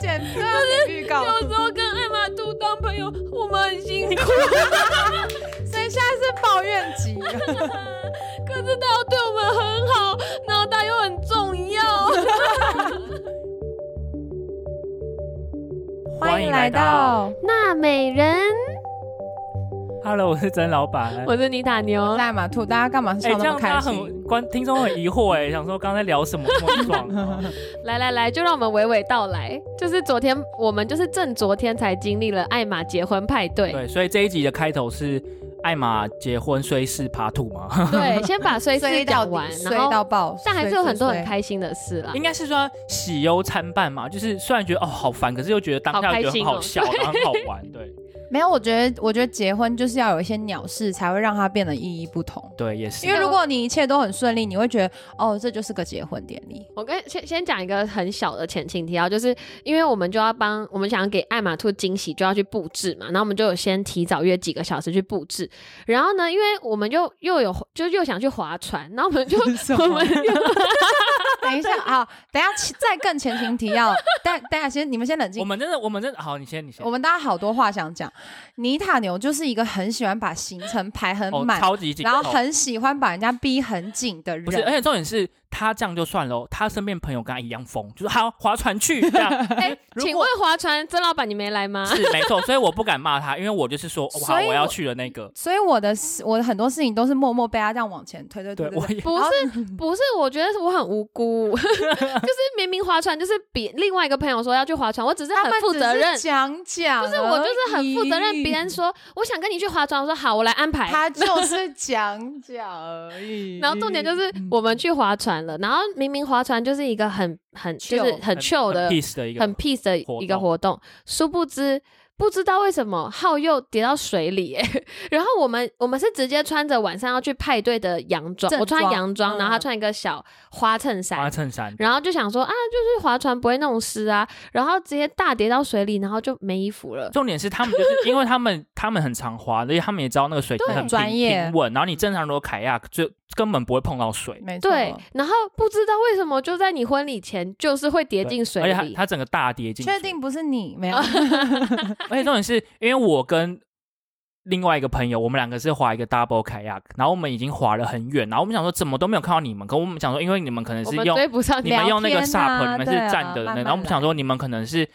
剪断预告。有时候跟艾玛兔当朋友，我们很辛苦，所以现在是抱怨集，可是他又对我们很好，然后他又很重要。 欢迎来到娜美人， Hello，我是曾老板。我是妮塔 牛，赖马兔，大家干嘛哎、笑这那样么大家开很心？观听众很疑惑哎、想说刚才聊什么这 么爽？来来来，就让我们娓娓道来。就是昨天，我们就是正昨天才经历了艾玛结婚派对。对，所以这一集的开头是艾玛结婚虽是爬兔啊嘛，对，先把衰事衰到讲底 完，，衰然后到爆，但还是有很多很衰衰衰开心的事啦。 应该是说喜忧参半嘛，就是虽然觉得哦好烦，可是又觉得当好下开觉得心很哦好 笑，然后很好玩。对没有，我觉得，我觉得结婚就是要有一些鸟事，才会让它变得意义不同。对，也是因。为如果你一切都很顺利，你会觉得哦，这就是个结婚典礼。我跟先先讲一个很小的前情提要，就是因为我们就要帮我们想要给艾玛兔惊喜，就要去布置嘛，然后我们就有先提早约几个小时去布置。然后呢，因为我们就又有就又想去划船，然后我们 就我们 等一 下，好，等一下其再更前情提 要，但等一下先你们先冷静我。们真的，我们真的好，你先，你先我。们大家好多话想讲。妮塔牛就是一个很喜欢把行程排很哦，满，超级紧然后凑很喜欢把人家逼很紧的人。不是，哎而且重点是他这样就算了哦，他身边朋友跟他一样疯，就是好划船去这样。 哎、如果请问划船曾老板你没来吗？是没错，所以我不敢骂他，因为我就是说，哦好，所以我要我去的那个。所以我的事我的很多事情都是默默被他这样往前推推推对，推我推。也不是不是，我觉得我很无 辜，就是明明划船就是比另外一个朋友说要去划船，我只是他很们负只责是任，讲讲而已，就是我就是很负责任。别人说我想跟你去划船，我说好，我来安排。他就是讲讲而已。 然后重点就是我们去划船了，然后明明划船就是一个很很就是 Chill，很 chill 的、 peace 的一个，很 peace 的一个活动，殊不知。不知道为什么浩又跌到水里、欸， 然后我们我们是直接穿着晚上要去派对的洋装，正我穿装洋装，嗯然后他穿一个小花衬衫，花衬衫，然后就想说啊，就是划船不会弄湿啊，然后直接大跌到水里，然后就没衣服了。重点是他们就是因为他们他们很常滑，而且他们也知道那个水对很平专业平稳，然后你正常如果凯亚就根本不会碰到水，没错，对，然后不知道为什么就在你婚礼前就是会跌进水而且它里，它整个大跌进。确定？不是你 没有？而且重点是因为我跟另外一个朋友，我们两个是划一个 double 凯亚，然后我们已经划了很远，然后我们想说怎么都没有看到你们，可我们想说因为你们可能我是们用追不上你们们用那个呃聊天 SUP，、啊你们是对啊站的那，慢慢然后我们想说你们可能是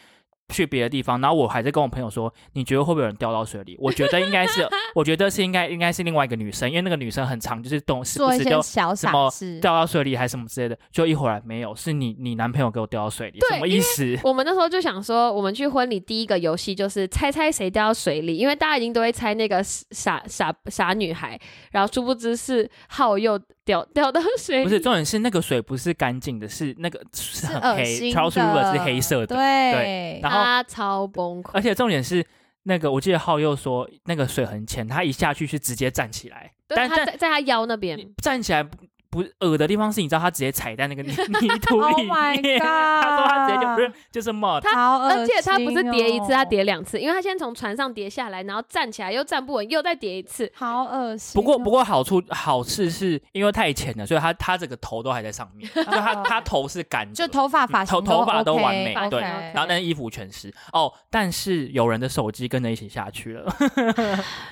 去别的地方，然后我还在跟我朋友说，你觉得会不会有人掉到水里？我觉得应该 是，我觉得是应该应该是另外一个女生，因为那个女生很长，就是动时不做一时些就小什么傻事。掉到水里还是什么之类的，就一回来没有，是你你男朋友给我掉到水里，对什么意思？ 我们那时候就想说，我们去婚礼第一个游戏就是猜猜谁掉到水里，因为大家已经都会猜那个傻傻傻女孩，然后殊不知是浩佑掉掉到水里，不 是重点是那个水不是干净的，是那个是是很恶黑心 c h a r 的，是黑色的，对，然后他超崩溃而。且重点是。那个我记得浩佑说那个水很浅，他一下去是直接站起来，对，但他但在在他腰那边，站起来不不恶的地方是，你知道他直接踩在那个泥 泥土 Oh 里 my 面 god 他说他直接就不是就是 mud，他好恶而且他不是心叠一次，他哦叠两次，因为他先从船上叠下来，然后站起来又站不稳，又再叠一次。好恶心哦。不过不过好处好事是因为太浅了，所以他他整个头都还在上面， 就他哦他头是干的，就头发发型嗯头头发都 OK，完美 OK，对 OK 然后但是衣服全湿哦，但是有人的手机跟着一起下去了，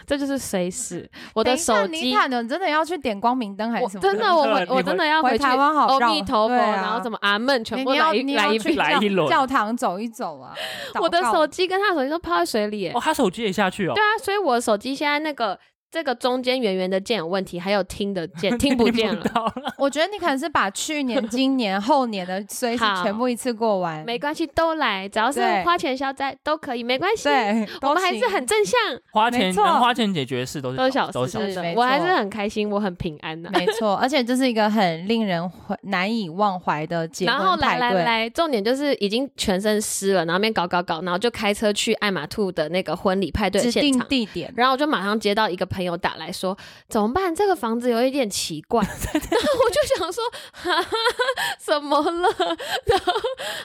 这就是随 时我我的手你机，塔牛真的要去点光明灯还是我什么？真的我你我回我真的要回去台湾好阿绕弥陀佛，对啊然后什么阿门，全部你要来一你要来一去遍。来教一轮教堂走一走啊。啊我的祷告手机跟他的手机都泡在水里耶。哦，他手机也下去哦 对，啊，所以我的手机现在那个这个中间圆圆的键有问题，还有听 的键听不见了。到了，我觉得你可能是把去年、今年、后年的随时好全部一次过完， 没关系，都来，只要是对花钱消灾都可以，没关系。对，我都们还是行很正向，花没钱错能花钱解决的事都是都是小都事，是小真事，的没我还错是很开心，我很平安呐、 没错，而且这是一个很令人怀难以忘怀的结然后婚来派来对。来，重点就是已经全身湿了，然后面搞搞搞，然后就开车去艾玛兔的那个婚礼派对的指现定场。地点，然后我就马上接到一个朋友打来说，怎么办？这个房子有一点奇怪。 然后我就想说，哈哈哈，什么了？然后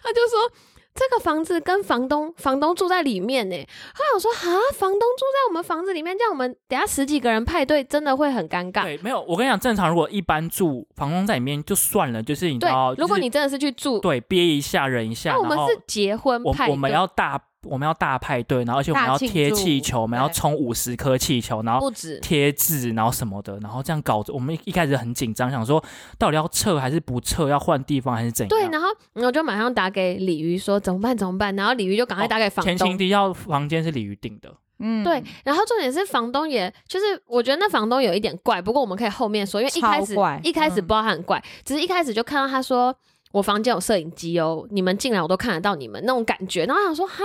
他就说，这个房子跟房东，房东住在里面呢。后来我说啊，房东住在我们房子里面，这样我们等下十几个人派对真的会很尴尬。对，没有，我跟你讲，正常如果一般住房东在里面就算了，就是你知对道，，如果就是你真的是去住，对憋一下忍一下，那我们然后是结婚我派我们对要大我们要大派对，然后而且我们大要庆贴祝气球，我们要对充五十颗气球，然后不止，贴纸，然后什么的，然后这样搞着，我们一一开始很紧张，想说到底要撤还是不撤，要换地方还是怎样？对，然后我就马上打给鲤鱼说怎么办怎么办，然后鲤鱼就赶快打给房哦前东情。提要房间是鲤鱼订的，嗯，对，然后重点是房东也，就是我觉得那房东有一点怪，不过我们可以后面说，因为一开始超怪一开始嗯不知道他很怪，只是一开始就看到他说我房间有摄影机哦，你们进来我都看得到你们那种感觉，然后我想说哈，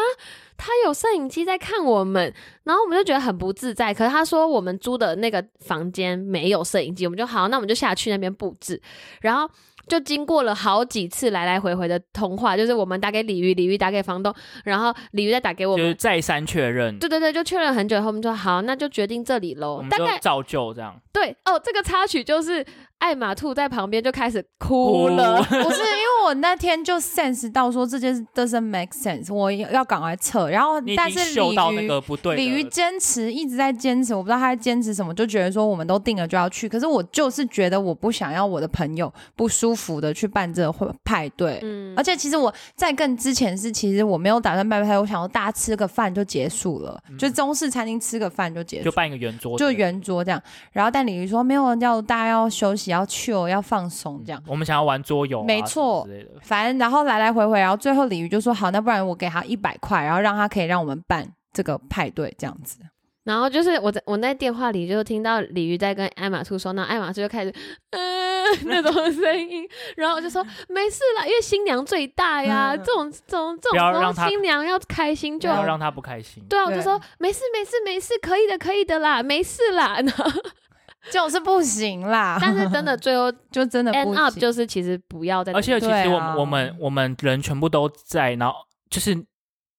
他有摄影机在看我们，然后我们就觉得很不自在。可是他说我们租的那个房间没有摄影机，我们就好，那我们就下去那边布置，然后。就经过了好几次来来回回的通话，就是我们打给鲤鱼，鲤鱼打给房东，然后鲤鱼再打给我就们，是再三确认，对对对，就确认很久以后，我们说好，那就决定这里我喽。们大就概照旧这样。对哦，这个插曲就是艾玛兔在旁边就开始哭哦 了，不是，因为我那天就 sense 到说这件事 doesn't make sense，我要赶快撤。然后你，嗯但已是经鲤嗅到那鱼个不对的，鲤鱼坚持一直在坚持，我不知道他在坚持什么，就觉得说我们都定了就要去。可是我就是觉得我不想要我的朋友不舒服的去办这个会派对。嗯而，且其实我在更之前是，其实我没有打算办派对，我想要大家吃个饭就结束了，就中式餐厅吃个饭就结束嗯就，办一个圆桌，就。圆桌这样。然后但鲤鱼说没有，要大家要休息，要 chill，要放松这样。我们想要玩桌游啊、没错什么之类的。反正然后来来回回，然后最后鲤鱼就说好，那不然我给他一百块，然后让他可以让我们办这个派对这样子。然后就是我在我在电话里就听到鲤鱼在跟艾玛兔说，那艾玛兔就开始嗯、呃、那种声音，然后我就 说没事啦，因为新娘最大呀，嗯这种这种这不要种让东她西新娘要开心不就要让他不开心。对啊，我就对说没事没事没事，可以的可以的啦，没事啦。 然后就是不行啦，但是真的最 后就真的不 end up 行。 就是其实不要再而且其对实我们、啊我们我们人全部都在，然后就是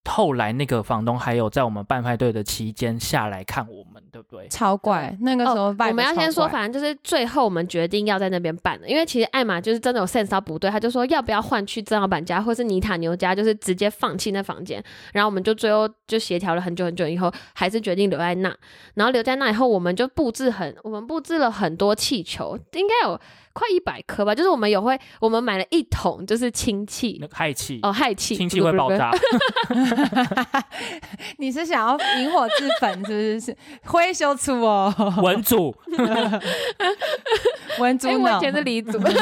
后来那个房东还有在我们办派对的期间下来看我们，对不对？超怪，那个时候、哦、我们要先说，，反正就是最后我们决定要在那边办的，因为其实艾玛就是真的有 sense 到不对，他就说要不要换去曾老板家或是尼塔牛家，就是直接放弃那房间。然后我们就最后就协调了很久很久以后，还是决定留在那。然后留在那以后，我们就布置很，我们布置了很多气球，应该有快一百颗吧，就是我们有会，我们买了一桶就是氢气那。个氦气，哦，氦气，氢气不是会爆。不是不是炸，你是想要引火自焚是不是？ 是挥修出哦，文组 文哎，竹我以脑，前 是理组，对，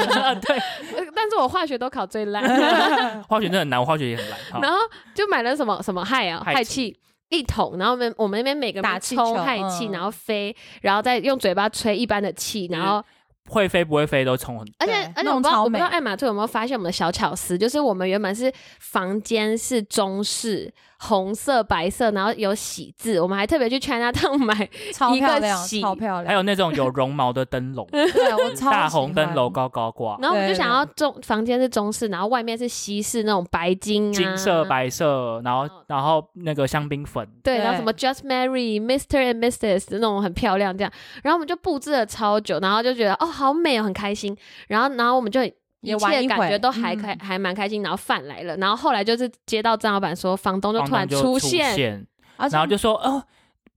但是我化学都考最 烂。化学真的很难，化学也很难。好然后就买了什么什么氦啊，氦氦气气一桶，然后我们我们那边每个打人气抽球氦气，嗯嗯然后飞，然后再用嘴巴吹一般的气，然后会飞不会飞都冲很，而且对而且弄我不知道超我不知道美艾玛兔有没有发现我们的小巧思，就是我们原本是房间是中式红色白色，然后有喜字，我们还特别去 China Town 买，超漂一个亮，喜超漂亮还，有那种有绒毛的灯笼，对啊我嗯超 大喜红灯欢笼高高挂，然后我们对就想要中房间是中式，然后外面是西式那种白金啊金色。白色，然后然后那个香槟粉，对，然后什对么 Just Marry、Mr. and Mrs. 那种很漂亮这样，然后我们就布置了超久，然后就觉得哦好美哦，很开心，然后然后我们就很一也玩切一感会觉都还开、嗯还蛮开心，然后饭来了，然后后来就是接到张老板说房东就房突然东就出现，现，而且然后就说哦。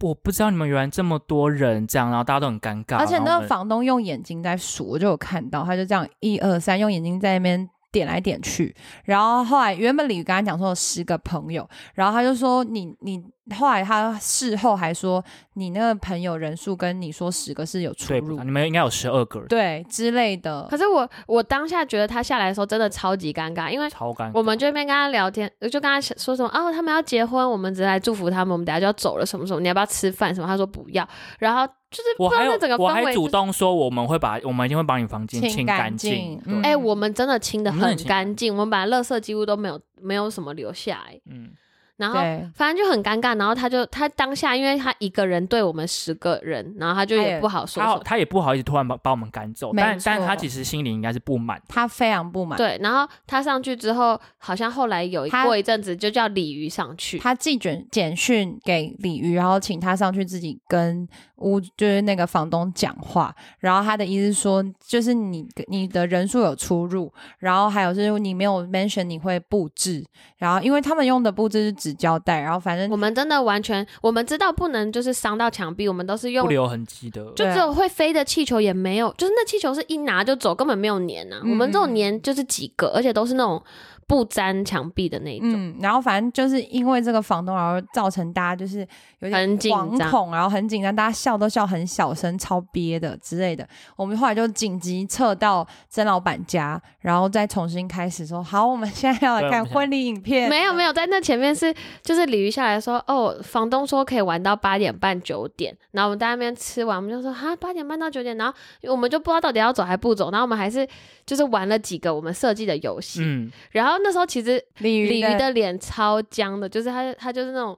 我不知道你们原来这么多人这样，然后大家都很尴尬。而且然后那我个们房东用眼睛在数，我就有看到，他就这样一二三，用眼睛在那边点来点去。然后后来原本李宇跟他讲说有十个朋友，然后他就说你你，后来他事后还说你那个朋友人数跟你说十个是有出对，入，你们应该有十二个人，对之类的可。是我我当下觉得他下来的时候真的超级尴尬，因为超尴尬。我们就那边跟他聊天，我就跟他说什么哦，他们要结婚，我们只是来祝福他们，我们等下就要走了，什么什么，你要不要吃饭什么？他说不要，然后就是我不知还道有那整个我氛还围主就是。动说我们会把我们一定会把你房间清清干干净对嗯哎、我们真的清的我们真的很清得干净，我们把垃圾几乎都没有没有什么留下来。嗯，然后对，反正就很尴尬。然后他就他当下，因为他一个人对我们十个人，然后他就他也也不好说他什好么。他也不好意思突然把把我们赶走，但没错但他其实心里应该是不满。他非常不满，对，然后他上去之后，好像后来有一他过一阵子就叫鲤鱼上去，他寄简简讯给李鱼，然后请他上去自己跟屋就是那个房东讲话。然后他的意思是说，就是你你的人数有出入，然后还有就是你没有 mention 你会布置，然后因为他们用的布置是纸胶带，然后反正我们真的完全，我们知道不能就是伤到墙壁，我们都是用不，留痕迹的，就对啊只有会飞的气球也没有，就是那气球是一拿就走，根本没有粘呐、嗯我们这种粘就是几个，而且都是那种不粘墙壁的那一种。嗯，然后反正就是因为这个房东，然后造成大家就是有点很紧惶张恐，然后很紧张，大家笑都笑很小声，超憋的之类的。我们后来就紧急撤到曾老板家，然后再重新开始说，好，我们现在要来对我看们现在婚礼影片。没有没有，在那前面是就是鲤鱼下来说，哦，房东说可以玩到八点半九点，然后我们在那边吃完，我们就说哈八点半到九点，然后我们就不知道到底要走还不走，然后我们还是就是玩了几个我们设计的游戏，嗯，然后那时候其实鲤鲤鱼鱼的脸超僵的，就是他他就是那种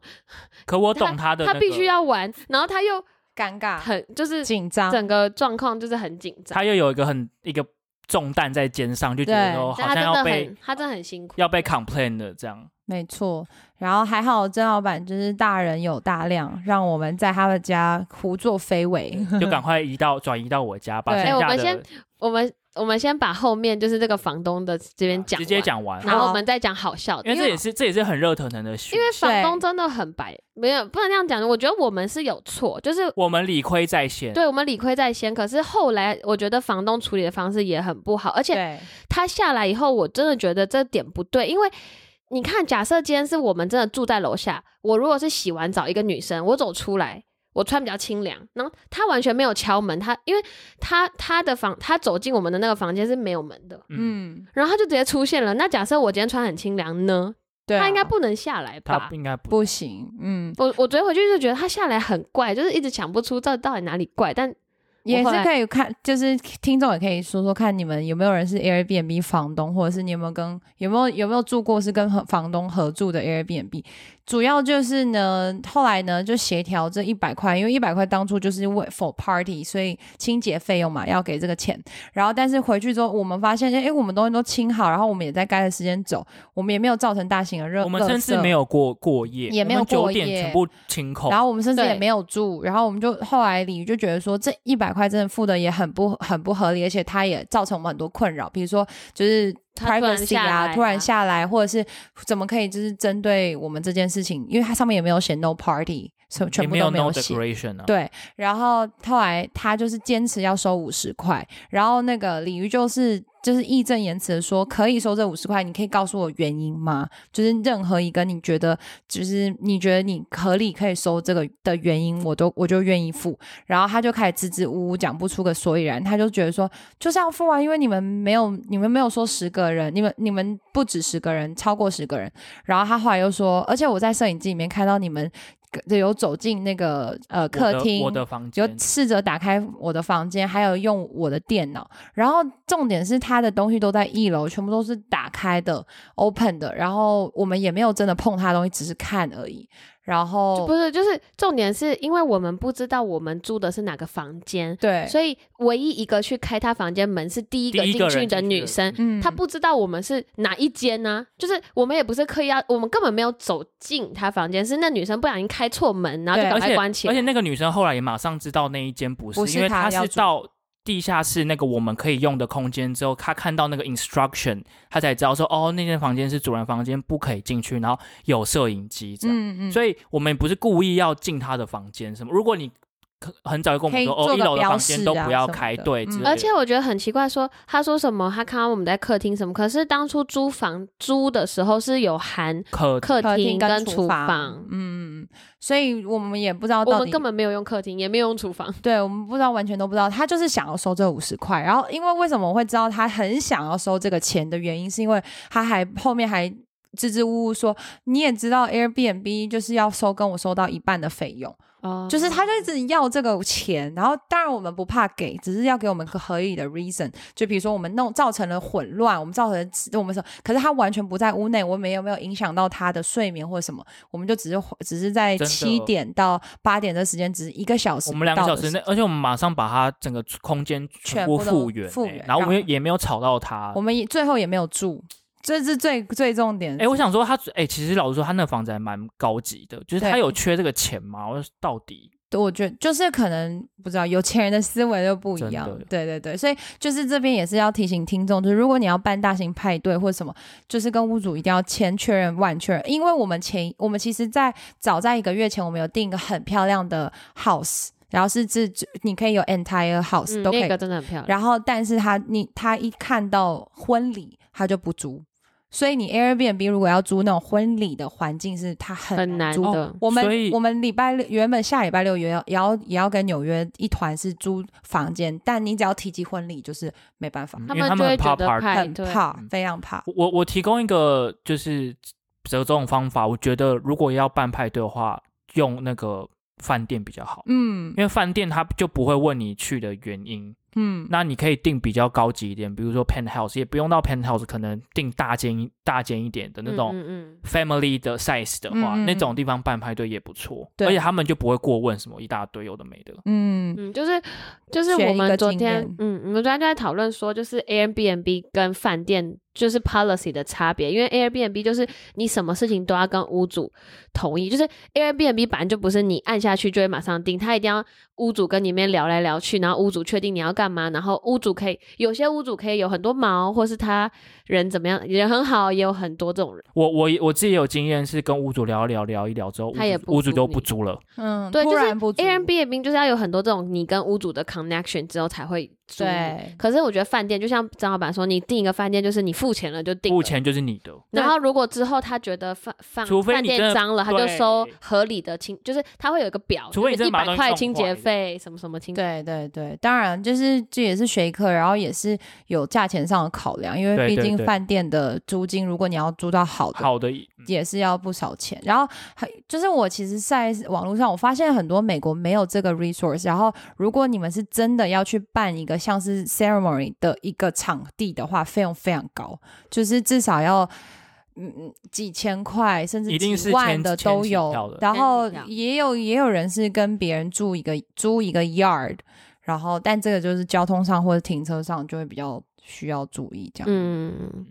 可我懂他的、那他个啊必须，要玩，然后他又尴尬、很就是紧张，整个状况就是很紧张，他又有一个很一个重担在肩上，就觉得对说但好他真像的要被很他真的很辛苦，要被 complain 的 这样。没错。然后还好，曾老板就是大人有大量，让我们在他的家胡作非为。就赶快移到转移到我家，把对剩哎我下们的先我们我们先把后面就是这个房东的这边讲啊直接完讲完，然后我们再讲好笑的，因为这也是这也是很热腾腾的事因为 房对东真的很白，没有不能这样讲。我觉得我们是有错，就是我们理亏在先，对我们理亏在先，可是后来我觉得房东处理的方式也很不好，而且对，他下来以后，我真的觉得这点不对，因为。你看，假设今天是我们真的住在楼下，我如果是洗完澡一个女生，我走出来，我穿比较清凉，然后他完全没有敲门，他因为他他的房他走进我们的那个房间是没有门的，嗯，嗯，然后他就直接出现了。那假设我今天穿很清凉呢，对啊、他应该不能下来吧？他应该不不行，嗯，我我昨天回去就觉得他下来很怪，就是一直想不出到底到底哪里怪，但也我后是来可以看，就是听众也可以说说看，你们有没有人是 Airbnb 房东，或者是你有没有跟有没有有没有住过是跟合房东合住的 Airbnb？主要就是呢，后来呢就协调这一百块，因为一百块当初就是为 for party，所以清洁费用嘛要给这个钱。然后但是回去之后，我们发现，哎、我们东西都清好，然后我们也在该的时间走，我们也没有造成大型的热，我们甚至垃圾没有过过夜，也没有我们九过点夜全部清空然，后我们甚至对也没有住，然后我们就后来鲤鱼就觉得说这一百块真的付的也很不很不合理，而且它也造成我们很多困扰，比如说就是他突然 privacy 下来啊，啊突然下来，或者是怎么可以就是针对我们这件事情，因为它上面也没有写 no party，所以全也部没都没 no 写。 decoration 啊，对，然后后来他就是坚持要收五十块，然后那个鲤鱼就是就是义正言辞的说，可以收这五十块，你可以告诉我原因吗？就是任何一个你觉得就是你觉得你合理可以收这个的原因，我都我就愿意付。然后他就开始支支吾吾讲不出个所以然，他就觉得说就是要付啊，因为你们没有你们没有说十个人，你们你们不止十个人，超过十个人。然后他后来又说，而且我在摄影机里面看到你们。呃有走进那个呃我的客厅，我的房有间，试着打开我的房间，还有用我的电脑。然后重点是他的东西都在一楼，全部都是打开的、open 的。然后我们也没有真的碰他的东西，只是看而已。然哦后不是就是重点是因为我们不知道我们住的是哪个房间，对，所以唯一一个去开他房间门是第一个第一进个去人的进去女的生。嗯他不知道我们是哪一间呢、就是我们也不是刻意要，我们根本没有走进他房间，是那女生不小心开错门，然后就对赶而快且关起而来。且那个女生后来也马上知道那一间不是，不是因为她她要是住到。地下室那个我们可以用的空间之后，她看到那个 instruction，她才知道说哦，那间房间是主人房间，不可以进去，然后有摄影机这样。嗯嗯，所以我们不是故意要进他的房间什么。如果你可很早就跟我们说，可以做哦，一个楼的标房示间都啊不要什么开，的对，嗯之类的而且我觉得很奇怪说他说什么，他看到我们在客厅什么，可是当初租房租的时候是有含可客客厅厅跟厨房，嗯嗯嗯，所以我们也不哦知道我到们底根本没有用客厅，也没有用厨房。对我们不知道，完全都不知道，他就是想要收这五十块。然后，因为为什么我会知道他很想要收这个钱的原因，是因为他还后面还支支吾吾说，你也知道 Airbnb 就是要收跟我收到一半的费用，哦就是他就一直要这个钱，然后当然我们不怕给，只是要给我们个合理的 reason，就比如说我们弄造成了混乱，我们造成了我们什么，可是他完全不在屋内，我们有没有影响到他的睡眠或者什么，我们就只是只是在真的七点到八点的时间，只是一个小时，我们两个小时内，，而且我们马上把它整个空间全部部都复原、复欸原然后我们然也后也没有吵到他我。们也最后也没有住，这是最最重点。哎、我想说他，哎、其实老实说，他那个房子还蛮高级的，就是他对有缺这个钱吗？我说到底我觉得就是可能不知道有钱人的思维就不一样真的，对对对，所以就是这边也是要提醒听众，就是如果你要办大型派对或什么，就是跟屋主一定要千确认万确认，因为我们前我们其实在早在一个月前，我们有订一个很漂亮的 house，然后是自你可以有 entire house、嗯都可以那个真的很漂亮。然后，但是他你他一看到婚礼，他就不租。所以你 Airbnb 如果要租那种婚礼的环境，是它很很难租的我所以们我们礼拜六原本下礼拜六也要也要也要跟纽约一团是租房间，但你只要提及婚礼，就是没办法，嗯他因为们他就们会很怕觉得 party 派很对，怕嗯，非常怕。我我提供一个就是折中的方法，我觉得如果要办派对的话，用那个饭店比较好，嗯因为饭店他就不会问你去的原因，嗯，那你可以订比较高级一点，比如说 penthouse，也不用到 penthouse，可能订大间一大间一点的那种嗯嗯嗯 family 的 size 的话，嗯嗯嗯那种地方办派对也不错，对而且他们就不会过问什么一大堆有的没的。嗯嗯，就是就是学我一个们昨经天验，嗯，我们昨天就在讨论说，就是 Airbnb 跟饭店就是 policy 的差别，因为 Airbnb 就是你什么事情都要跟屋主同意，就是 Airbnb 本来就不是你按下去就会马上定，他一定要屋主跟你面聊来聊去，然后屋主确定你要干嘛，然后屋主可以有些屋主可以有很多毛，或是他人怎么样，人很好，也有很多这种人，我我我自己有经验是跟屋主聊一聊聊一聊之后，他也不屋主屋主租就你不租了。嗯，对突就是然不租 Airbnb 就是要有很多这种你跟屋主的 connection 之后才会租你。对可是我觉得饭店就像张老板说，你订一个饭店就是你付钱了就订了，付钱就是你的，然后如果之后他觉得饭饭除非饭你真店的脏了，他就对收合理的清，就是他会有一个表，除非你真一的把百东西块弄清坏洁了费什么什么清洁。对对对，当然就是这也是学课，然后也是有价钱上的考量，因为对毕对竟对饭店的租金，如果你要租到好的，好的，嗯也是要不少钱。然后还就是我其实在网络上我发现很多美国没有这个 resource，然后如果你们是真的要去办一个像是 ceremony 的一个场地的话，费用非常高，就是至少要。嗯，嗯，几千块甚至一定是几万千的千都起有跳的，然后千起跳也有也有人是跟别人住一个租一个 yard，然后但这个就是交通上或者停车上就会比较需要注意这样。嗯，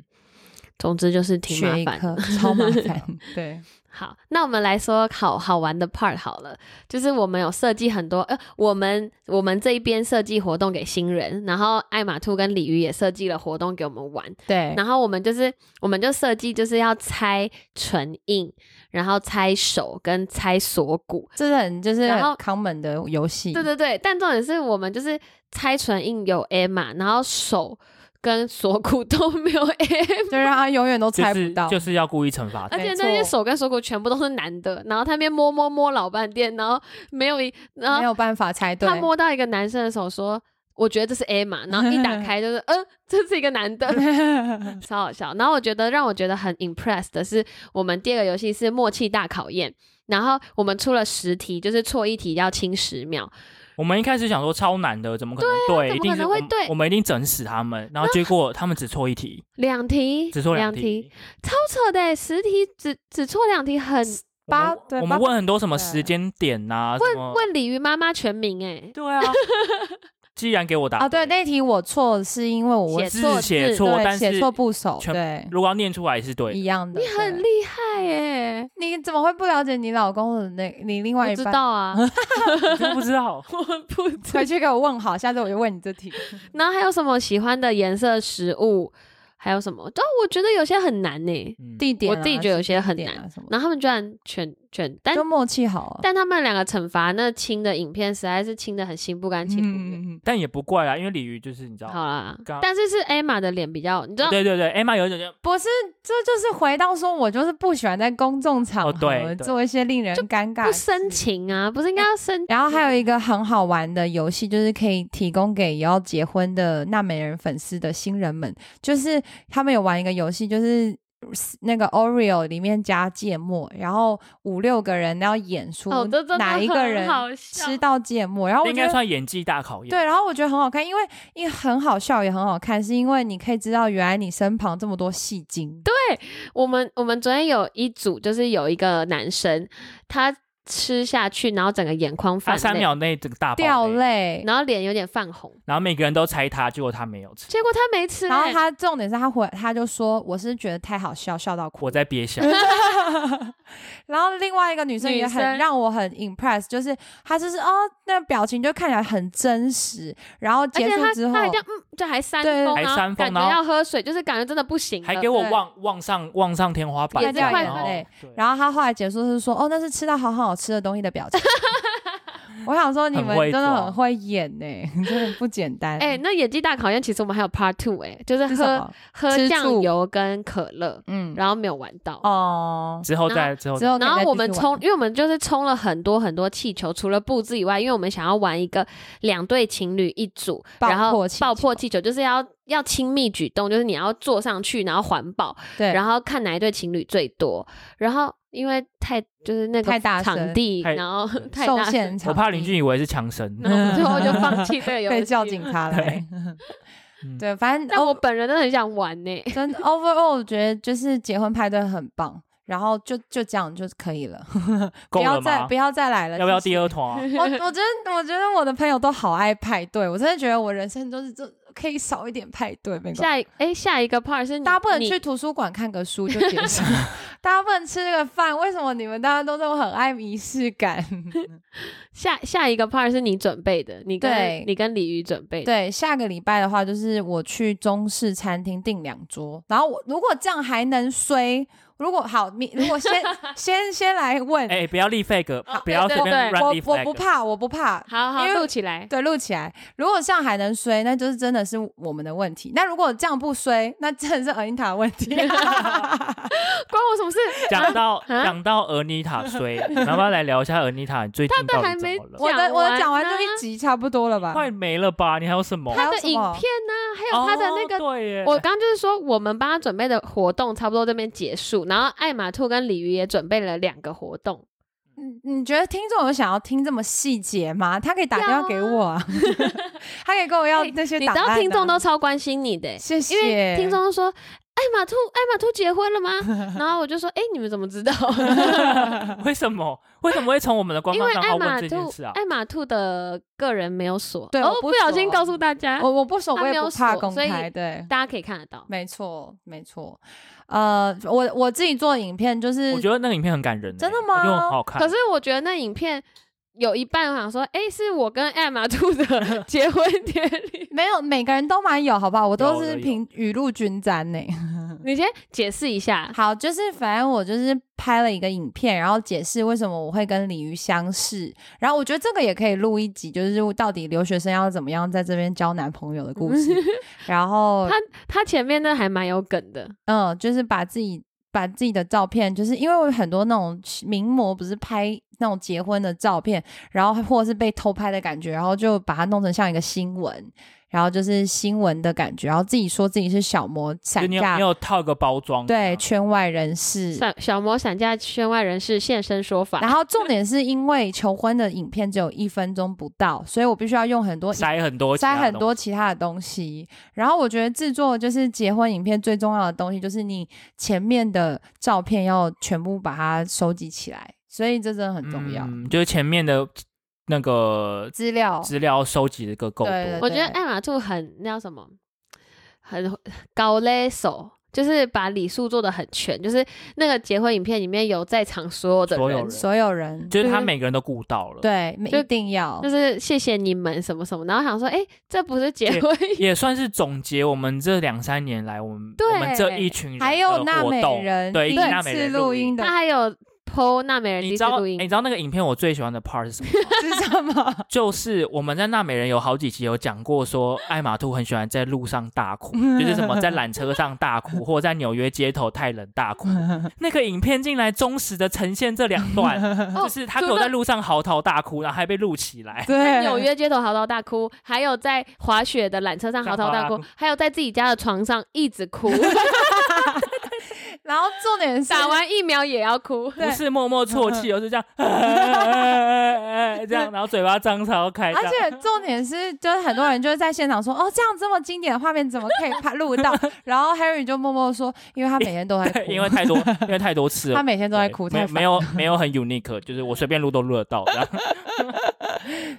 总之就是挺学麻啊一烦科的。超麻 烦，对。好，那我们来说好好玩的 part 好了，就是我们有设计很多，呃，我们我们这一边设计活动给新人，然后艾玛兔跟鲤鱼也设计了活动给我们玩，对，然后我们就是，我们就设计就是要猜唇印，然后猜手跟猜锁骨。这是很就是然很后 common 的游戏， 对对对，但重点是我们就是猜唇印有 A 嘛，然后手跟锁骨都没有 A，就让他永远都就猜不是到。就是要故意惩罚他。而且没那些错手跟锁骨全部都是男的，然后他那边摸摸摸老半天，然后没有一，然没后有办法猜对哦 他，摸到一个男生的手说。我觉得这是 A 嘛，然后一打开就是，嗯，这是一个男的， 超好笑。然后我觉得让我觉得很 impressed 的是，我们第二个游戏是默契大考验，然后我们出了十题，就是错一题要清十秒，我们一开始想说超难的，怎么可能对？怎么一定可是能我会们对我们一定整死他们。然后结果他们只错 一题，两题，只错两题，。超扯的欸，十题只只错两题很，我们八对我八们问很多什么对时间点呐、什么问问鲤鱼妈妈全名哎，对啊，既然给我答啊，对，那题我错是因为我写问字错写字错，对但写是错部首，全对，如果要念出来是对的一样的。你很对厉害哎，你怎么会不了解你老公的那你另外我一知半？道啊，你真不知道我不知 道回。去给我问好，下次我就问你这题。然后还有什么喜欢的颜色、食物，还有什么？但我觉得有些很难呢， 嗯地点啊，我自己觉得有些很地点难啊什么的，然后他们居然全全，但就默契好啊。但他们两个惩罚那亲的影片实在是亲的很心不甘情不愿。嗯，但也不怪啦，因为鲤鱼就是你知道，好啦刚，但是是 Emma 的脸比较，你知道，对对对，Emma 有一种就不是，这就是回到说，我就是不喜欢在公众场哦对合对做一些令人就尴尬不的深事情啊，不是应哎该要深？然后还有一个很好玩的游戏，就是可以提供给也要结婚的纳美人粉丝的新人们，就是他们有玩一个游戏，就是那个 Oreo 里面加芥末，然后五六个人要演出哦，这真的哪一个很人好笑吃到芥末，然后我应觉该得。算演技大考验。对，然后我觉得很好看，因为因为很好笑也很好看，是因为你可以知道原来你身旁这么多戏精。对，我们我们昨天有一组，就是有一个男生，他吃下去，然后整个眼眶泛他泪，三秒内这个大爆掉泪泪。然后脸有点泛红，然后每个人都猜他，结果他没有吃，结果他没吃、然后欸他重点是他回，他就说我是觉得太好笑，笑到哭。我在憋笑。 然后另外一个女生女也很生让我很 impress，就是她就是哦，那表情就看起来很真实。然后而结且束他之后他，还这样，嗯，就还三对风，还然后扇风感觉然后要喝水，就是感觉真的不行了，还给我对望望上望上天花板，也是然快后乐对然后她后来结束是说哦，那是吃到好好吃的东西的表情。 我想说你很们会真的抓很会演呢、 真的不简单。哎、那演技大考验，其实我们还有 Part Two，哎、就是是什喝么？喝吃酱醋油跟可乐，嗯，然后没有玩到。哦，之后再之后之后可以然再后继我续们玩充，因为我们就是充了很多很多气球，除了布置以外，因为我们想要玩一个两对情侣一组，爆然后破气爆球破气球，就是要要亲密举动，就是你要坐上去，然后环抱，对，然后看哪一对情侣最多。然后因为太就是那个太嗯大场声地，太然后太受大声，限场我地，怕邻居以为是强生，然后我们最 后就放弃这个游戏。被叫警，察来。嗯对，反正但我哦，本人真的很想玩呢、真 overall 我觉得就是结婚派对很棒，然后就就这样就可以了， 够不了要再吗不？要再来了。要不要谢谢第二团 啊？我我觉得，我觉得我的朋友都好爱派对，我真的觉得我人生就是这可以少一点派对，没关系。下一哎、下一个 part 是你大家不能你去图书馆看个书就结束，大家不能吃个饭，为什么你们大家都这么很爱仪式感？ 下下一个 part 是你准备的，你跟对你跟鲤鱼准备的。对，下个礼拜的话，就是我去中式餐厅订两桌，然后我如果这样还能衰，如果好，你如果 先先先来问，哎，不要立 flag，啊不要随对对便对我 run 立我不 flag。怕，我不怕，好好因为录起来。对，录起来。如果这样还能衰，那就是真的是我们的问题。那如果这样不衰，那真的是尔英塔的问 题。关我什么事？呃讲到啊讲到尔妮塔衰，要不要来聊一下尔妮塔？你最近到还底怎没么了？我的我的讲讲完完啊就一集差不多了吧？快没了吧？你还有什么？还他有的什影片么呢、还有他的那个。哦对耶，我刚刚就是说，我们帮他准备的活动差不多这边结束，然后艾玛兔跟鲤鱼也准备了两个活动，你嗯你觉得听众有想要听这么细节吗？他可以打电话给我啊， 他可以跟我要哎那些你档知案、啊道听众都超关心你的欸、谢因为谢听众都说艾玛兔艾玛兔结婚了吗？ 然后我就说，哎、你们怎么知道？ 为什么为什么会从我们的官因方为账艾号问玛这件兔事啊？艾玛兔的个人没有锁，对哦我，不不小心锁告诉大家，我我不熟，他我没也有不怕锁公所以开，对。大家可以看得到。没错，没错，呃，我我自己做影片就是我觉得那个影片很感人耶，欸真的我觉得吗很好看。可是我觉得那影片有一半我想说，哎、是我跟艾玛兔的结婚典礼。没有每个人都蛮有，好不好？我有都的是有凭雨露均沾呢、 你先解释一下，好，就是反正我就是拍了一个影片，然后解释为什么我会跟鲤鱼相识。然后我觉得这个也可以录一集，就是到底留学生要怎么样在这边交男朋友的故 事。然后，他前面那还蛮有梗的，嗯，就是把自己。把自己的照片，就是因为我有很多那种名模不是拍那种结婚的照片，然后或者是被偷拍的感觉，然后就把它弄成像一个新闻，然后就是新闻的感觉，然后自己说自己是小模就散你有嗯架你，有套一个包装，啊对圈外人士，小小魔闪架圈外人士现身说法，然后重点是因为求婚的影片只有一分钟不到，所以我必须要用很多塞很多其他塞很东多西其他的东西。然后我觉得制作就是结婚影片最重要的东西，就是你前面的照片要全部把它收集起来，所以这真的很重要。嗯，就是前面的那个资料资料收集的个够多。对对我觉得艾玛兔很那叫什么，很高勒手。就是把礼数做的很全，就是那个结婚影片里面有在场所有的所有人人所有人就是就他是每个人都顾到了，，对就一定要就是谢谢你们什么什么，然后想说，哎、这不是结婚，也算是总结我们这两三年来，我们对我们这一群人的还有娜活美动人对，第以一及娜美次人录音。 的他还有 PO 娜美人第你一次知道、录你音，知道那个影片我最喜欢的 part 是什么吗？是什 么？就是我们在娜美人有好几集有讲过，说艾玛兔很喜欢在路上大哭，就是什么在缆车上大哭，或者在纽约街头太冷大哭。那个影片竟然忠实的呈现这两段，哦就是他除给我在了路上嚎啕大哭，然后还被录起来。对，纽约街头嚎啕大哭，还有在滑雪的缆车上嚎啕大上滑大哭哭， 还有在自己家的床上一直哭。然然后重点是打完疫苗也要哭。 对不是默默啜泣，而是这样，这样，然后嘴巴张超开，这而样且重点是，就是很多人就是在现场说，哦，这样这么经典的画面怎么可以拍录到？ 然后 Harry 就默默说，因为他每天都在对哭， 因为太多，因为太多次他了。每天都在哭，对太没有有没有没有很 unique，就是我随便录都录得到。然后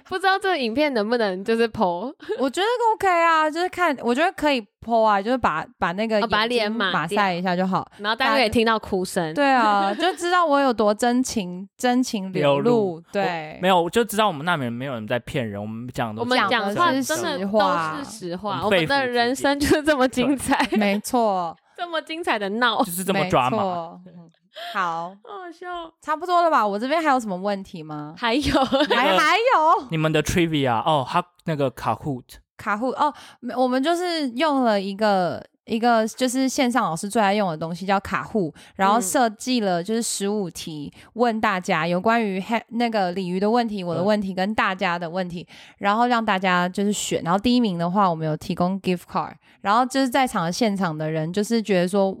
不知道这个影片能不能就是 PO， 我觉得 OK 啊，就是看，我觉得可以 PO 啊，就是把把那个哦把眼睛脸码马赛一下就好。然后大家也听到哭声。对 啊，就知道我有多真情，真情流流露。对，没有，我就知道我们那边没有人在骗人，我们讲的我们讲讲的话是真的实话都是实话，我我们们肺的腑之人言生就是这么精彩， 没错，这么精彩的闹，就是 这么没 抓嘛。错。嗯好， 好笑。？差不多了吧？我这边还有什么问题吗 还有，还还有你们的 trivia 哦，他那个 Kahoot 卡户哦，没我们就是用了一个一个就是线上老师最爱用的东西叫卡户，然后嗯设计了就是十五题问大家有关于 he- 那个鲤鱼的问题、我的嗯问题跟大家的问题，然后让大家就是选，然后第一名的话我们有提供 gift card，然后就是在场的现场的人就是觉得说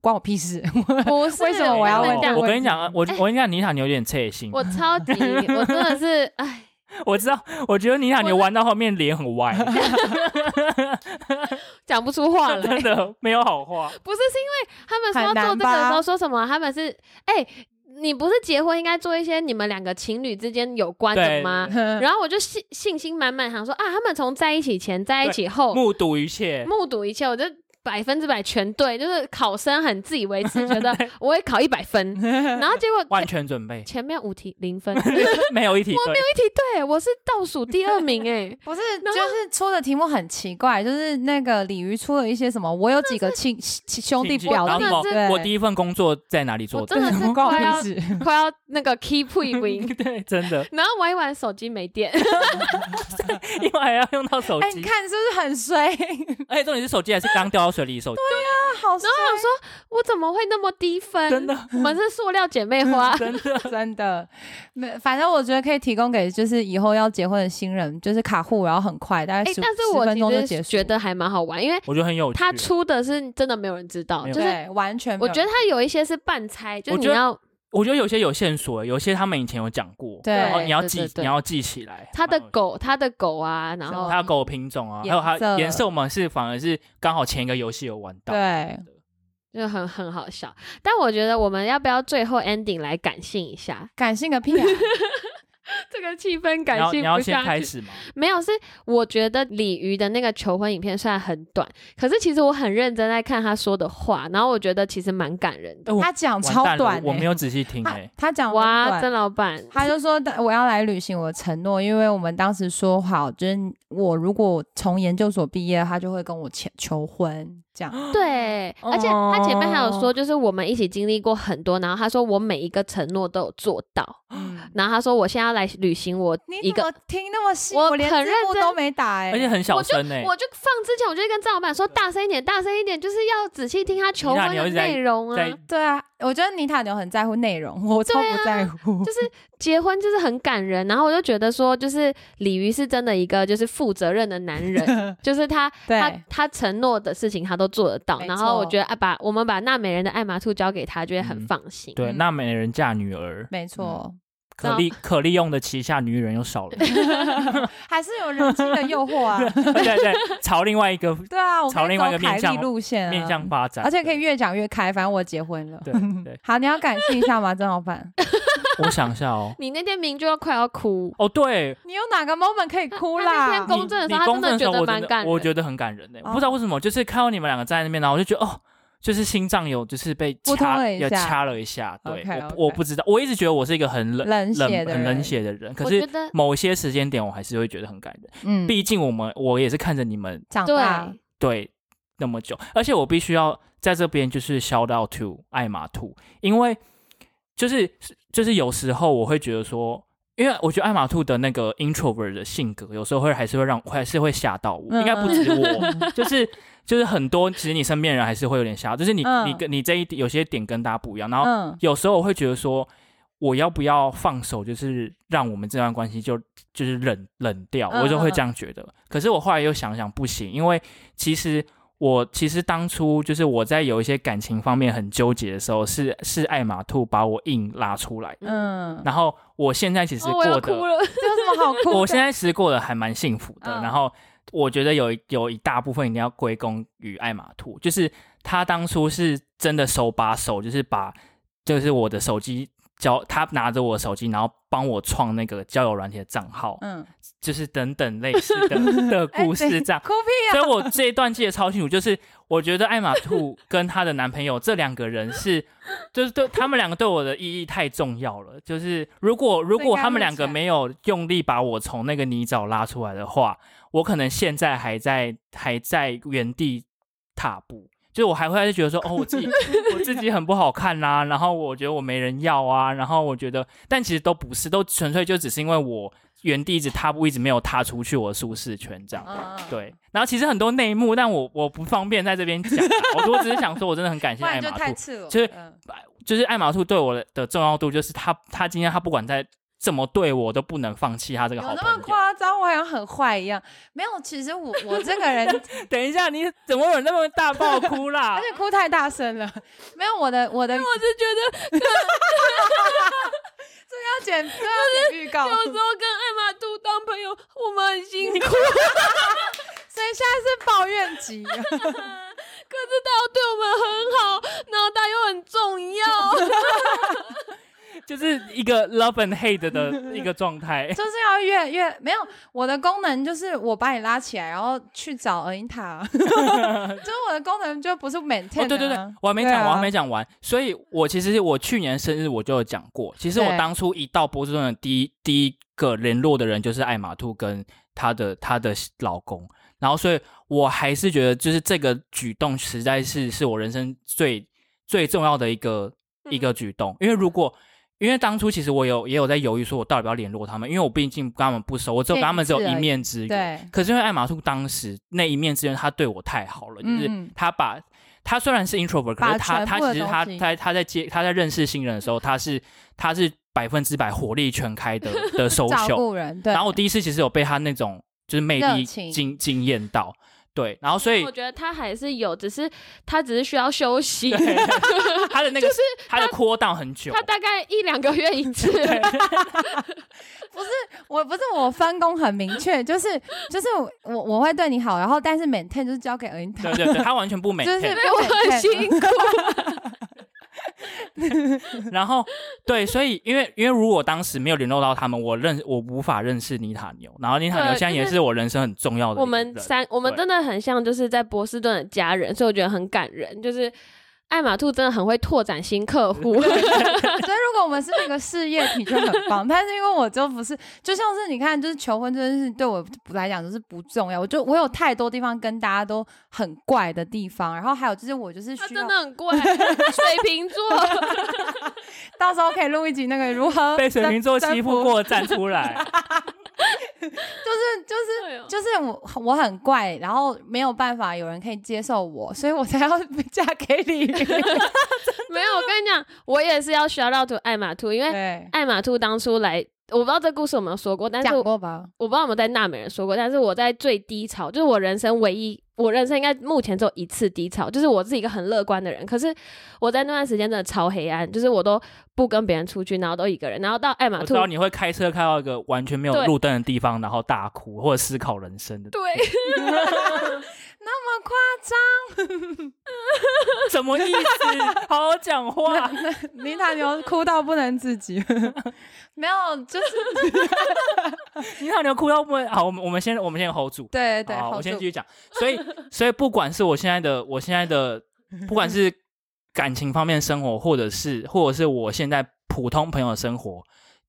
关我屁事， 不是为什么我要问这样哎我问跟你讲，我我跟你讲，妮塔牛有点侧心。我超级， 我真的是，哎，我知道，我觉得妮塔牛玩到后面脸很歪，讲不出话来 真。的没有好话。不是，是因为他们说要很难做这个的时吧候说什么？他们是，哎、你不是结婚应该做一些你们两个情侣之间有关的对吗？然后我就信信心满满，想说啊，他们从在一起前，在一起后，目睹一切，哦目睹一切，我就百分之百全对，就是考生很自以为是，觉 得我会考一百分，然后结果，万全准备 前面五题零分，一没有一题对。题对我是倒数第二名 哎、不是，然后就是出的题目很奇怪，就是那个鲤鱼出了一些什么，我有几个亲亲兄弟亲戚表然弟后，真对我第一份工作在哪里做我的？真的是关 我快要屁事。快要那个 keep win，对，真的，然后玩一玩手机没电，因为还要用到手哎、你机，看是不是很衰？ 而且重点是手机还是刚掉到水里的手机，好衰，哦我怎么会那么低分？真的，我们是塑料姐妹 。花真的。真啊的。没，反正我觉得可以提供给就是以后要结婚的新人，就是卡户，然后很快，大概哎、十但是十分钟就我其结实束。觉得还蛮好玩，因为我觉得很有趣他，出的是真的没有人知道，没有就是对，完全没我有觉得他有一些是半猜，就是我你觉得要我觉得有些有线索，有些他们以前有讲过，对然后哦你要对记对，对你要记起来。他的狗，他的狗啊，然后它的狗品种啊，还有它哦颜色颜色，我们是反而是刚好前一个游戏有玩到，对，就很很好笑。但我觉得我们要不要最后 ending 来感性 一下？感性个屁、啊！这个气氛你感要性你不要先下开去。始吗？嗯没有，是我觉得鲤鱼的那个求婚影片虽然很短，可是其实我很认真在看他说的话，然后我觉得其实蛮感人的。我他讲完超蛋了短、欸我没有仔细听他哎，他讲完哇，短郑老板，他就说我要来履行我的承诺，因为我们当时说好，就是我如果从研究所毕业，他就会跟我求求婚这样。 对，而且他前面还有哦说，就是我们一起经历过很多，然后他说我每一个承诺都有做到，嗯、然后他说我现在要来履行我你一怎个么听那么细？我我连很字认幕真都没打哎、而且很小我就声哎，我就放之前，我就跟张老板说大声一点，大声一点，就是要仔细听他求婚的内容在啊。对啊，我觉得妮塔牛很在乎内容，我超对啊不在乎。就是结婚就是很感人，然后我就觉得说，就是鲤鱼是真的一个就是负责任的男人， 就是他他对他承诺的事情他都做得到，没然后我错觉得啊把我们把娜美人的爱马兔交给他，就会很嗯放心。对，那美人嫁女儿，没错，可嗯利可利用的旗下女人又少了， 还是有人性的诱惑啊。嗯 对对对， 朝另外一个对啊，我朝可以另外一走个面凯向莉路线、啊，面向发展，而且可以越讲越开。反正我结婚了。对对对，好，你要感谢一下吗，郑老 板？我想一下哦，你那天明就要快要哭，哦对，你有哪个 moment 可以哭他啦那？天公正的时你候你公正他真的的时觉候得我蛮感人我觉得很感人的，哦不知道为什么，就是看到你们两个站在那边，然后我就觉得哦。就是心脏有，就是被扑通掐，了一有下掐了一下。对 OK，我我 OK 不知道，我一直觉得我是一个很冷、冷冷血、的很人，冷血的人。可我是觉得某些时间点，我还是会觉得很感人。嗯，毕竟我们，我也是看着你们长对大，嗯对那么久，而且我必须要在这边就是 shout out to 爱马兔，因为就是就是有时候我会觉得说，因为我觉得爱马兔的那个 introvert 的性格，有时候会还是会让还是会吓到我，嗯应该不止 我，就是就是很多其实你身边人还是会有点吓到，就是你、嗯你跟你这一有些点跟大家不一样，然后嗯，有时候我会觉得说。我要不要放手？就是让我们这段关系就就是冷冷掉，嗯我就会嗯这样觉得。可是我后来又想想，不行，因为其实我其实当初就是我在有一些感情方面很纠结的时候，是是爱马兔把我硬拉出来，嗯，然后我现在其实哦，我要过哭得，了。 这有什么好哭的？我现在其实过得还蛮幸福的。嗯然后我觉得有一有一大部分一定要归功于爱马兔，就是他当初是真的手把手，就是把就是我的手机交，他拿着我的手机，然后帮我创那个交友软体的账号，嗯，就是等等类似 的的哎故事对这样。哭屁啊！所以我这一段记得超清楚，就是我觉得艾玛兔跟她的男朋友这两个人是，就是对他们两个对我的意义太重要了。就是如果如果他们两个没有用力把我从那个泥沼拉出来的话，我可能现在还在还在原地踏步。就是我还会觉得说，哦，我自己我自己很不好看啦、然后我觉得我没人要啊，然后我觉得，但其实都不是，都纯粹就只是因为我原地一直踏步，一直没有踏出去我的舒适圈这样。嗯，嗯，对，然后其实很多内幕，但我我不方便在这边讲啊。我我只是想说，我真的很感不谢爱然就马太兔，赤裸。就是嗯就是爱马兔对我的的重要度，就是他他今天他不管在怎么对我，都不能放弃他这个有好那么朋友。夸张？我好像很坏一样。没有，其实我我这 个人等一下，你怎么有那么大爆哭啦 而？且哭太大声了，没有我的我的啊我是觉得要剪都要剪预告，有时候跟艾玛兔当朋友，我们很辛苦，可是所以现在是抱怨集。。他又对我们很好，然后他又很重要。就是一个 love and hate 的一个状态 就是要越越没有我的功能就是我把你拉起来，然后去找尔因塔，啊 就是我的功能就不是 maintain、哦，对对对，我还没对讲，啊我还没讲完。所以，我其实我去年生日我就有讲过，其实我对当初一到波士顿的第一第一个联络的人就是艾玛兔跟她的她的老公，然后所以我还是觉得就是这个举动实在是是我人生最最重要的一个嗯一个举动，因为如果。因为当初其实我有也有在犹豫，说我到底要不要联络他们，因为我毕竟跟他们不熟，我只有见跟他们一只有次一而已面之缘。对可是因为艾玛兔当时那一面之缘，他对我太好了，就嗯是他把他虽然是 introvert，可把是他全他部的其实东他西嗯他他在接他在认识新人的时候，他是他是百分之百火力全 开的的首照秀。顾人，对，然后我第一次其实有被他那种就是魅热力情哦惊惊艳到，对，然后 所以我觉得他还是有，只是他只是需要休息， 对他的那个他的扩档很久他，大概一两个月一次。不是我不是我分工很明确，就是就是我我会对你好，然后但是 maintain 就是交给尔因塔对，对对，他完全不每就天。是对我很辛苦，然后对，所以因为因为如果当时没有联络到他们，我认我无法认识妮塔牛，然后妮塔牛对现在也就是是我人生很重要的一我个人。们三我们对真的很像，就是在波士顿的家人，所以我觉得很感人。就是艾玛兔真的很会拓展新客户， 所以如果我们是那个事业体就很棒，但是因为我就不是，就像是你看，就是求婚这件事对我来讲就是不重要，我就我有太多地方跟大家都很怪的地方，然后还有就是我就是他需真要 的很怪，水瓶 座。到时候可以录一集那个如何被水瓶座征欺征负服过站出来，就是就是对哦就是我我很怪，然后没有办法有人可以接受我，所以我才要嫁给你。 没有，我跟你讲，我也是要 shout out to 艾玛兔，因为对， 艾玛兔当初来，我不知道这故事有没有说过，但是讲我过吧？我不知道有没有在娜美人说过，但是我在最低潮，就是我人生唯一，我人生应该目前只有一次低潮，就是我是一个很乐观的人，可是我在那段时间真的超黑暗，就是我都不跟别人出去，然后都一个人，然后到啊艾玛我兔知，道你会开车开到一个完全没有对路灯的地方，然后大哭 或者思考人生的，对，那么夸什么意思？好好讲 话。张，林塔牛哭到不能自己， 没有，就是你好，你哭到不能好，我们我们先我们先 hold 住，对对，好， hold 我先住继续讲。所以，所以不管是我现在的，我现在的，不管是感情方面生活，或者是或者是我现在普通朋友的生活，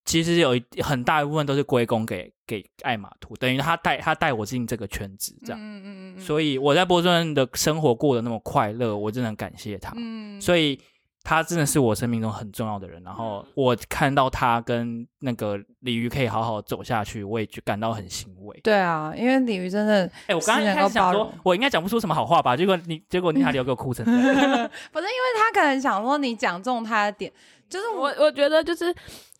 其实有一很大一部分都是归功给给爱马兔，等于他带他带我进这个圈子，这样。嗯嗯嗯嗯，所以我在波士顿的生活过得那么快乐，我真的很感谢他。嗯，所以他真的是我生命中很重要的人。然后我看到他跟那个鲤鱼可以好好走下去，我也就感到很欣慰。对啊，因为鲤鱼真 的哎、我刚刚是一能开够始想包说容，我应该讲不出什么好话吧？结果你，结果你还留给我哭成这样。 不是因为他可能想说你讲中他的点，就是我我我觉得就是，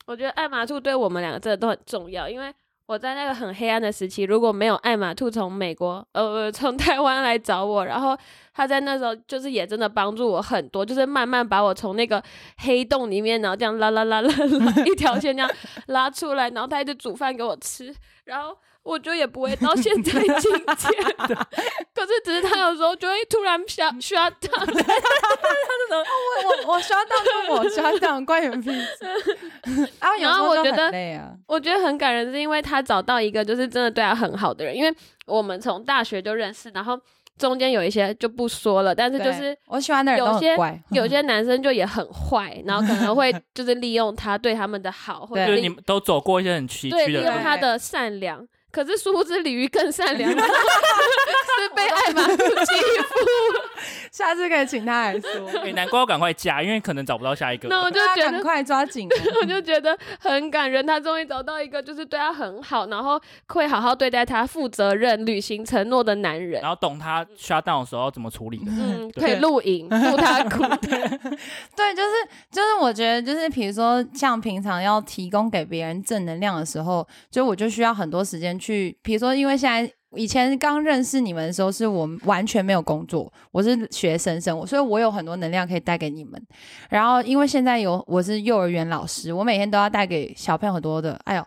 我觉得爱马兔对我们两个真的都很重要，因为我在那个很黑暗的时期，如果没有艾玛兔从美国呃从台湾来找我，然后他在那时候就是也真的帮助我很多，就是慢慢把我从那个黑洞里面，然后这样拉拉拉拉拉一条线这样拉出来，然后他一直煮饭给我吃，然后。我就也不会到现在 境界， 可是只是他有时候就会突然想需要他，我我我刷到就我刷到，关你们屁事。 啊，有时然后候我就觉得很累啊，我觉得很感人，是因为他找到一个就是真的对他很好的人，因为我们从大学就认识，然后中间有一些就不说了，但是就对是我喜欢的人都有些很乖， 有些男生就也很坏，然后可能会就是利用他对他们的好，或者对就是利你们都走过一些很崎对岖利的用路，他的善良。可是殊不知鲤鱼更善良， 是被爱马兔欺负。 下次可以请他来 说。哎，难怪要赶快加，因为可能找不到下一个。那我就大觉家得赶快抓紧哦，我就觉得很感人，他终于找到一个就是对他很好，然后会好好对待他、负责任、履行承诺的男人然。后懂他 shut down 的时候要怎么处理的。嗯，对可以录影录他嗯哭的，对，就是就是，我觉得就是，比如说像平常要提供给别人正能量的时候，就我就需要很多时间去，比如说，因为现在以前刚认识你们的时候，是我完全没有工作，我是学生生活，所以我有很多能量可以带给你们。然后因为现在有我是幼儿园老师，我每天都要带给小朋友很多的，哎呦。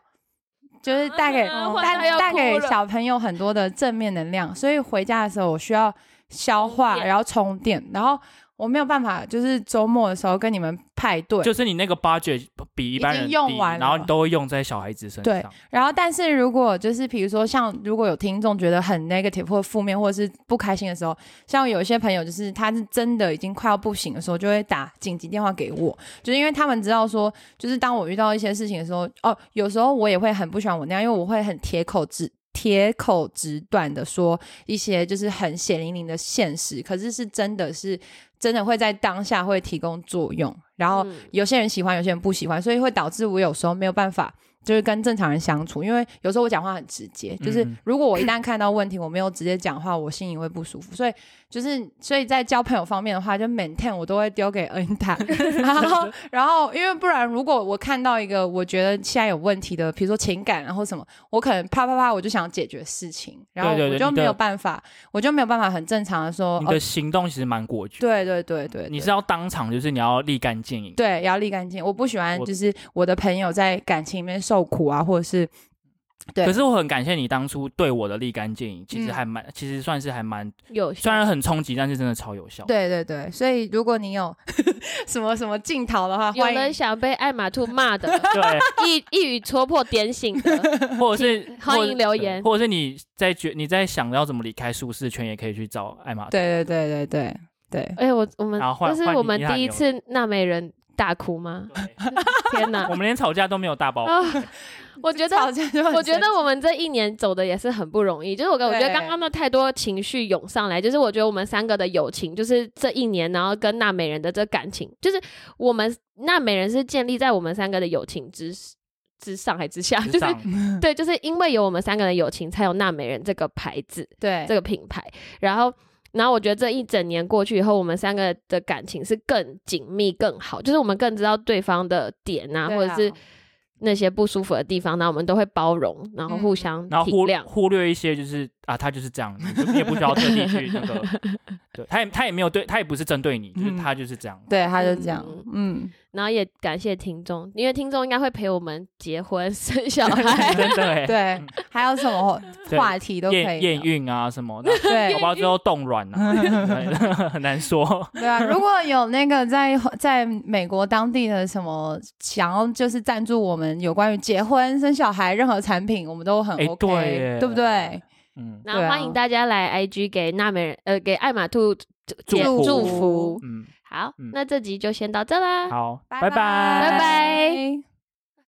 就是带给、啊换他带要带哭给了小朋友很多的正面能量，所以回家的时候我需要消化，充电然后充电，然后我没有办法，就是周末的时候跟你们派对。就是你那个 budget 比一般人已低，经用完了然后你都会用在小孩子身对上。然后，但是如果就是比如说像如果有听众觉得很 negative 或负面或者是不开心的时候，像有一些朋友就是他是真的已经快要不行的时候，就会打紧急电话给我，就是因为他们知道说，就是当我遇到一些事情的时候，哦，有时候我也会很不喜欢我那样，因为我会很铁口直。铁口直断的说一些就是很血淋淋的现实，可是是真的是真的会在当下会提供作用，然后嗯有些人喜欢，有些人不喜欢，所以会导致我有时候没有办法，就是跟正常人相处，因为有时候我讲话很直接，就是嗯如果我一旦看到问题，我没有直接讲话，我心里会不舒服，所以就是所以在交朋友方面的话，就 maintain 我都会丢给恩 塔，然后然后因为不然，如果我看到一个我觉得现在有问题的，比如说情感然后什么，我可能啪啪啪我就想解决事情，然后对对对我就你的没有办法，我就没有办法很正常的说，你哦的，行动其实蛮果决，对对对对，你对是要当场就是你要立竿见影。对，要立竿见影。我不喜欢我就是我的朋友在感情里面受苦啊，或者是对可是我很感谢你当初对我的立竿见影，其实还蛮，其实算是还蛮，有虽然很冲击，但是真的超有效。对对对。所以如果你有 什么什么镜头的话，有啊欢人迎想被爱马兔骂的， 对，一一语戳破点醒的，或者是欢迎留言或者或者是你在觉你在想要怎么离开舒适圈，也可以去找 艾玛。，对对对对对对。哎、我我们好换这是换你我们你喊第一牛次娜美人大哭吗？天哪我！们连吵架都没有大爆发。啊，我觉得吵架就很我觉得生我们这一年走的也是很不容易，就是我跟我觉得对刚刚的太多情绪涌上来，就是我觉得我们三个的友情，就是这一年，然后跟娜美人的这感情，就是我们娜美人是建立在我们三个的友情之之上还之下，就就是这样对，就是因为有我们三个的友情，才有娜美人这个牌子 对这个品牌，然后。然后我觉得这一整年过去以后，我们三个的感情是更紧密、更好，就是我们更知道对方的点啊，对或者啊是那些不舒服的地方，那我们都会包容，然后嗯互相然后体忽谅。忽略一些就是啊，他就是这样，你就你也不需要特地去那个，对他也他也没有对他也不是针对你，就是嗯他就是这样。对，他就这样，嗯，然后也感谢听众，因为听众应该会陪我们结婚、生小 孩。真的哎，对，还有什么 对话题都可以验验聊。孕啊什么的，对宝宝之后冻卵啊，对 很难说。对啊，如果有那个在在美国当地的什么想要就是赞助我们有关于结婚、生小孩任何产品，我们都很哎 OK，、对耶对不对？嗯然后对啊欢迎大家来 IG 给娜美人，呃，给艾玛兔祝点福祝福。嗯，好嗯，那这集就先到这啦。好，拜拜，拜拜